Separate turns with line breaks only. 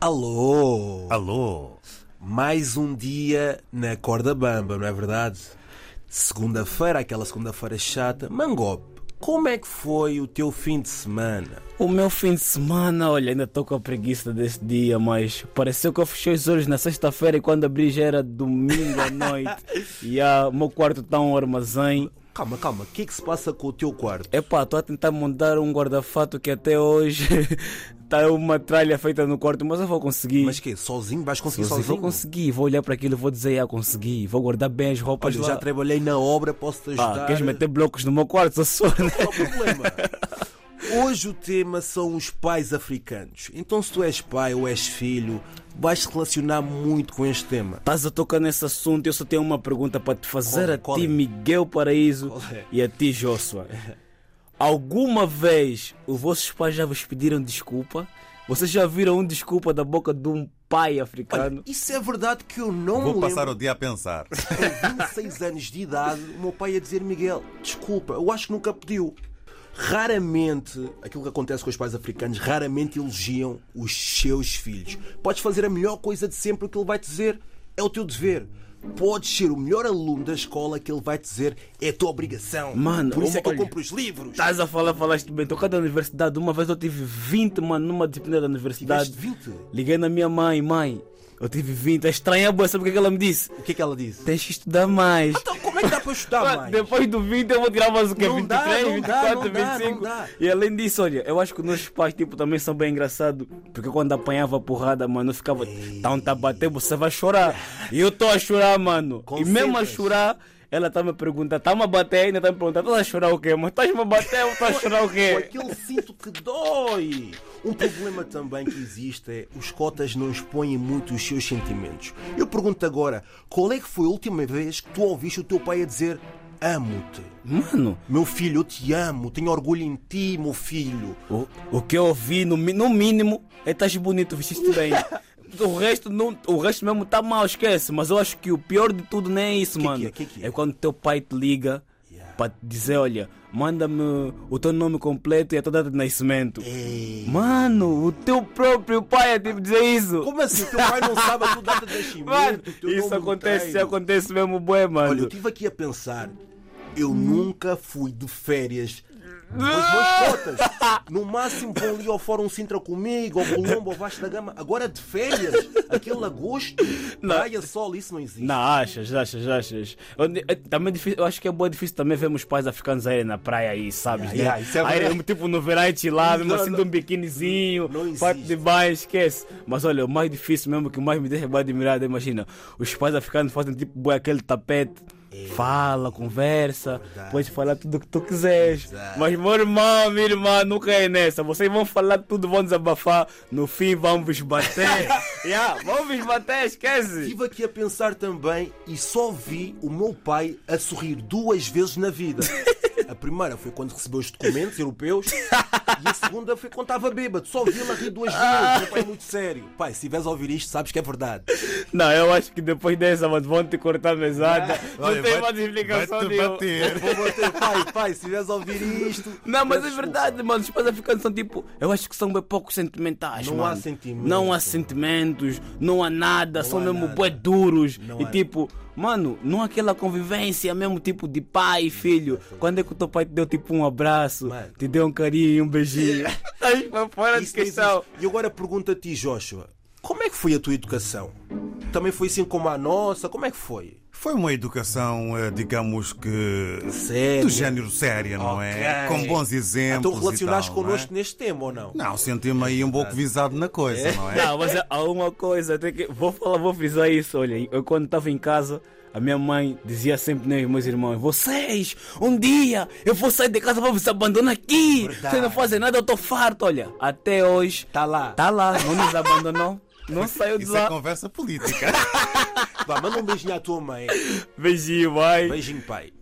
Alô!
Alô?
Mais um dia na corda bamba, não é verdade? Segunda-feira, aquela segunda-feira chata. Mangob, como é que foi o teu fim de semana?
O meu fim de semana, olha, ainda estou com a preguiça desse dia, mas pareceu que eu fechei os olhos na sexta-feira e quando abri já era domingo à noite. e ah, o meu quarto está um armazém.
Calma, calma, o que é que se passa com o teu quarto?
Epá, estou a tentar montar um guarda-fato que até hoje está uma tralha feita no quarto, mas eu vou conseguir.
Mas que Sozinho? Vais conseguir
Sozinho,
sozinho?
Vou conseguir, vou olhar para aquilo, vou dizer, ah, consegui, vou guardar bem as roupas
Olha,
lá.
já trabalhei na obra, posso te ajudar.
ah, queres meter blocos no meu quarto, só sou.
Qual é o problema? Hoje o tema são os pais africanos. Então, se tu és pai ou és filho, vais te relacionar muito com este tema.
Estás a tocar nesse assunto, eu só tenho uma pergunta para te fazer
Qual é?
a
Qual
ti,
é?
Miguel Paraíso,
Qual é?
e a ti, Joshua. Alguma vez os vossos pais já vos pediram desculpa? Vocês já viram um desculpa da boca de um pai africano?
Olha, isso é verdade que eu não me
Vou
lembro.
passar o dia a pensar.
Com 26 anos de idade, o meu pai ia dizer: Miguel, desculpa, eu acho que nunca pediu. Raramente, aquilo que acontece com os pais africanos, raramente elogiam os seus filhos. Podes fazer a melhor coisa de sempre, o que ele vai te dizer é o teu dever. Podes ser o melhor aluno da escola, que ele vai te dizer é a tua obrigação.
Mano,
Por isso é que eu
olha- tá-
compro os livros.
Estás a falar, falaste bem. Estou cá da universidade. Uma vez eu tive 20, mano, numa disciplina da universidade.
Tiveste 20?
Liguei na minha mãe, mãe, eu tive 20. É estranha, boa, sabe o que, é que ela me disse?
O que é que ela disse?
Tens que estudar mais.
Então, como é que dá para estudar mais?
Depois do 20 eu vou tirar mais o quê?
Não
23,
dá, não dá,
24,
não dá, não
25.
dá.
E além disso, olha, eu acho que os meus pais tipo, também são bem engraçados. Porque quando apanhava porrada, mano, eu ficava. Então tá bater, você vai chorar. E eu tô a chorar, mano. E mesmo a
Concentras.
chorar, ela tá me perguntando, tá me a bater, ainda tá me perguntando, estás a chorar o quê? Mas estás me a bater ou estás a chorar o
Com
quê?
aquele cinto que dói. Um problema também que existe é os cotas não expõem muito os seus sentimentos. Eu pergunto agora, qual é que foi a última vez que tu ouviste o teu pai a dizer amo-te?
Mano,
Meu filho, eu te amo, tenho orgulho em ti, meu filho.
O, o que eu ouvi, no, mi- no mínimo, é estás bonito, vestiste bem. O resto, não, o resto mesmo tá mal, esquece. Mas eu acho que o pior de tudo nem é isso,
Que que
mano.
é? Que que é?
quando teu pai te liga
Yeah.
para te dizer: olha, manda-me o teu nome completo e a tua data de nascimento.
Ei.
Mano, o teu próprio pai é tipo dizer isso.
Como assim? O teu pai não sabe a tua data de nascimento?
Mano,
o teu
isso
nome
acontece,
inteiro?
acontece mesmo, bué, mano.
Olha, eu estive aqui a pensar. Eu nunca fui de férias com as mascotas. No máximo vão ali ao Fórum Sintra comigo, ao Colombo, ao Vasco da Gama. Agora de férias, aquele agosto, praia, sol, isso não existe.
Não, achas, achas, achas. Onde- é, também difícil, eu acho que é boa difícil também vermos pais africanos aí na praia aí, sabes?
Yeah,
né?
yeah, isso é
aí,
verdade.
tipo no verão aí lá, mesmo
Não,
assim
não.
de um biquinizinho,
Não
parte
existe.
de baixo, esquece. Mas olha, o mais difícil mesmo, que o mais me deixa bem admirado, imagina, os pais africanos fazem tipo bué, aquele tapete.
É.
Fala, conversa, podes falar tudo o que tu quiseres. Mas meu irmão, minha irmã, nunca é nessa. Vocês vão falar tudo, vão desabafar. No fim, vão vos bater. yeah, vão vos bater, esquece.
Estive aqui a pensar também e só vi o meu pai a sorrir duas vezes na vida. A primeira foi quando recebeu os documentos europeus e a segunda foi quando estava bêbado. Só vi ele a rir duas vezes. Meu pai é muito sério. Pai, se estiveres a ouvir isto, sabes que é verdade.
Não, eu acho que depois dessa, mano, vão te cortar a mesada. Não
Olha,
tem
vai-
mais explicação
vai-te
nenhuma.
bater.
Vou bater, pai, pai, se estiveres a ouvir isto.
Não, mas é
peço
verdade, mano. Os pais africanos são tipo. Eu acho que são bem pouco sentimentais.
Não
mano.
há sentimento.
Não há sentimentos, não há nada, são
há
mesmo
nada.
bué duros.
Não
e
há.
tipo, mano, não há aquela convivência mesmo tipo de pai e filho. Quando é que o teu pai te deu tipo um abraço,
Mano.
te deu um carinho, um beijinho? Estás para fora de
Isso não
questão.
existe. E agora pergunto a ti, Joshua, como é que foi a tua educação? Também foi assim como a nossa? Como é que foi?
Foi uma educação, eh, digamos que.
Sério?
do género séria, não é?
Ok.
Com bons exemplos.
Então relacionaes
e tal, é?
connosco neste tema ou não?
Não, é? não senti-me aí um pouco visado na coisa, não é?
Não, mas há uma coisa, até que vou falar, vou frisar isso. Olha, eu quando estava em casa, a minha mãe dizia sempre nos meus irmãos: Vocês, um dia eu vou sair de casa, vou vos abandonar aqui.
Verdade.
Vocês não fazem nada, eu estou farto. Olha, até hoje.
Tá lá.
Tá lá, não nos abandonou. Não saiu de
Isso é
lá.
conversa política.
Vá, manda um beijinho à tua mãe.
Beijinho, vai.
Beijinho, pai.